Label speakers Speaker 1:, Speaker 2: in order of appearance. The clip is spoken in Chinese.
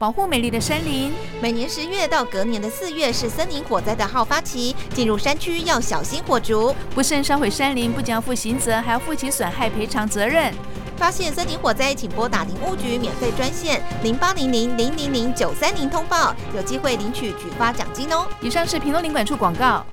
Speaker 1: 保护美丽的森林。
Speaker 2: 每年十月到隔年的四月是森林火灾的好发期，进入山区要小心火烛。
Speaker 1: 不慎烧毁山林，不仅要负刑责，还要负起损害赔偿责任。
Speaker 2: 发现森林火灾，请拨打林务局免费专线零八零零零零零九三零通报，有机会领取举发奖金哦。
Speaker 1: 以上是屏东林管处广告。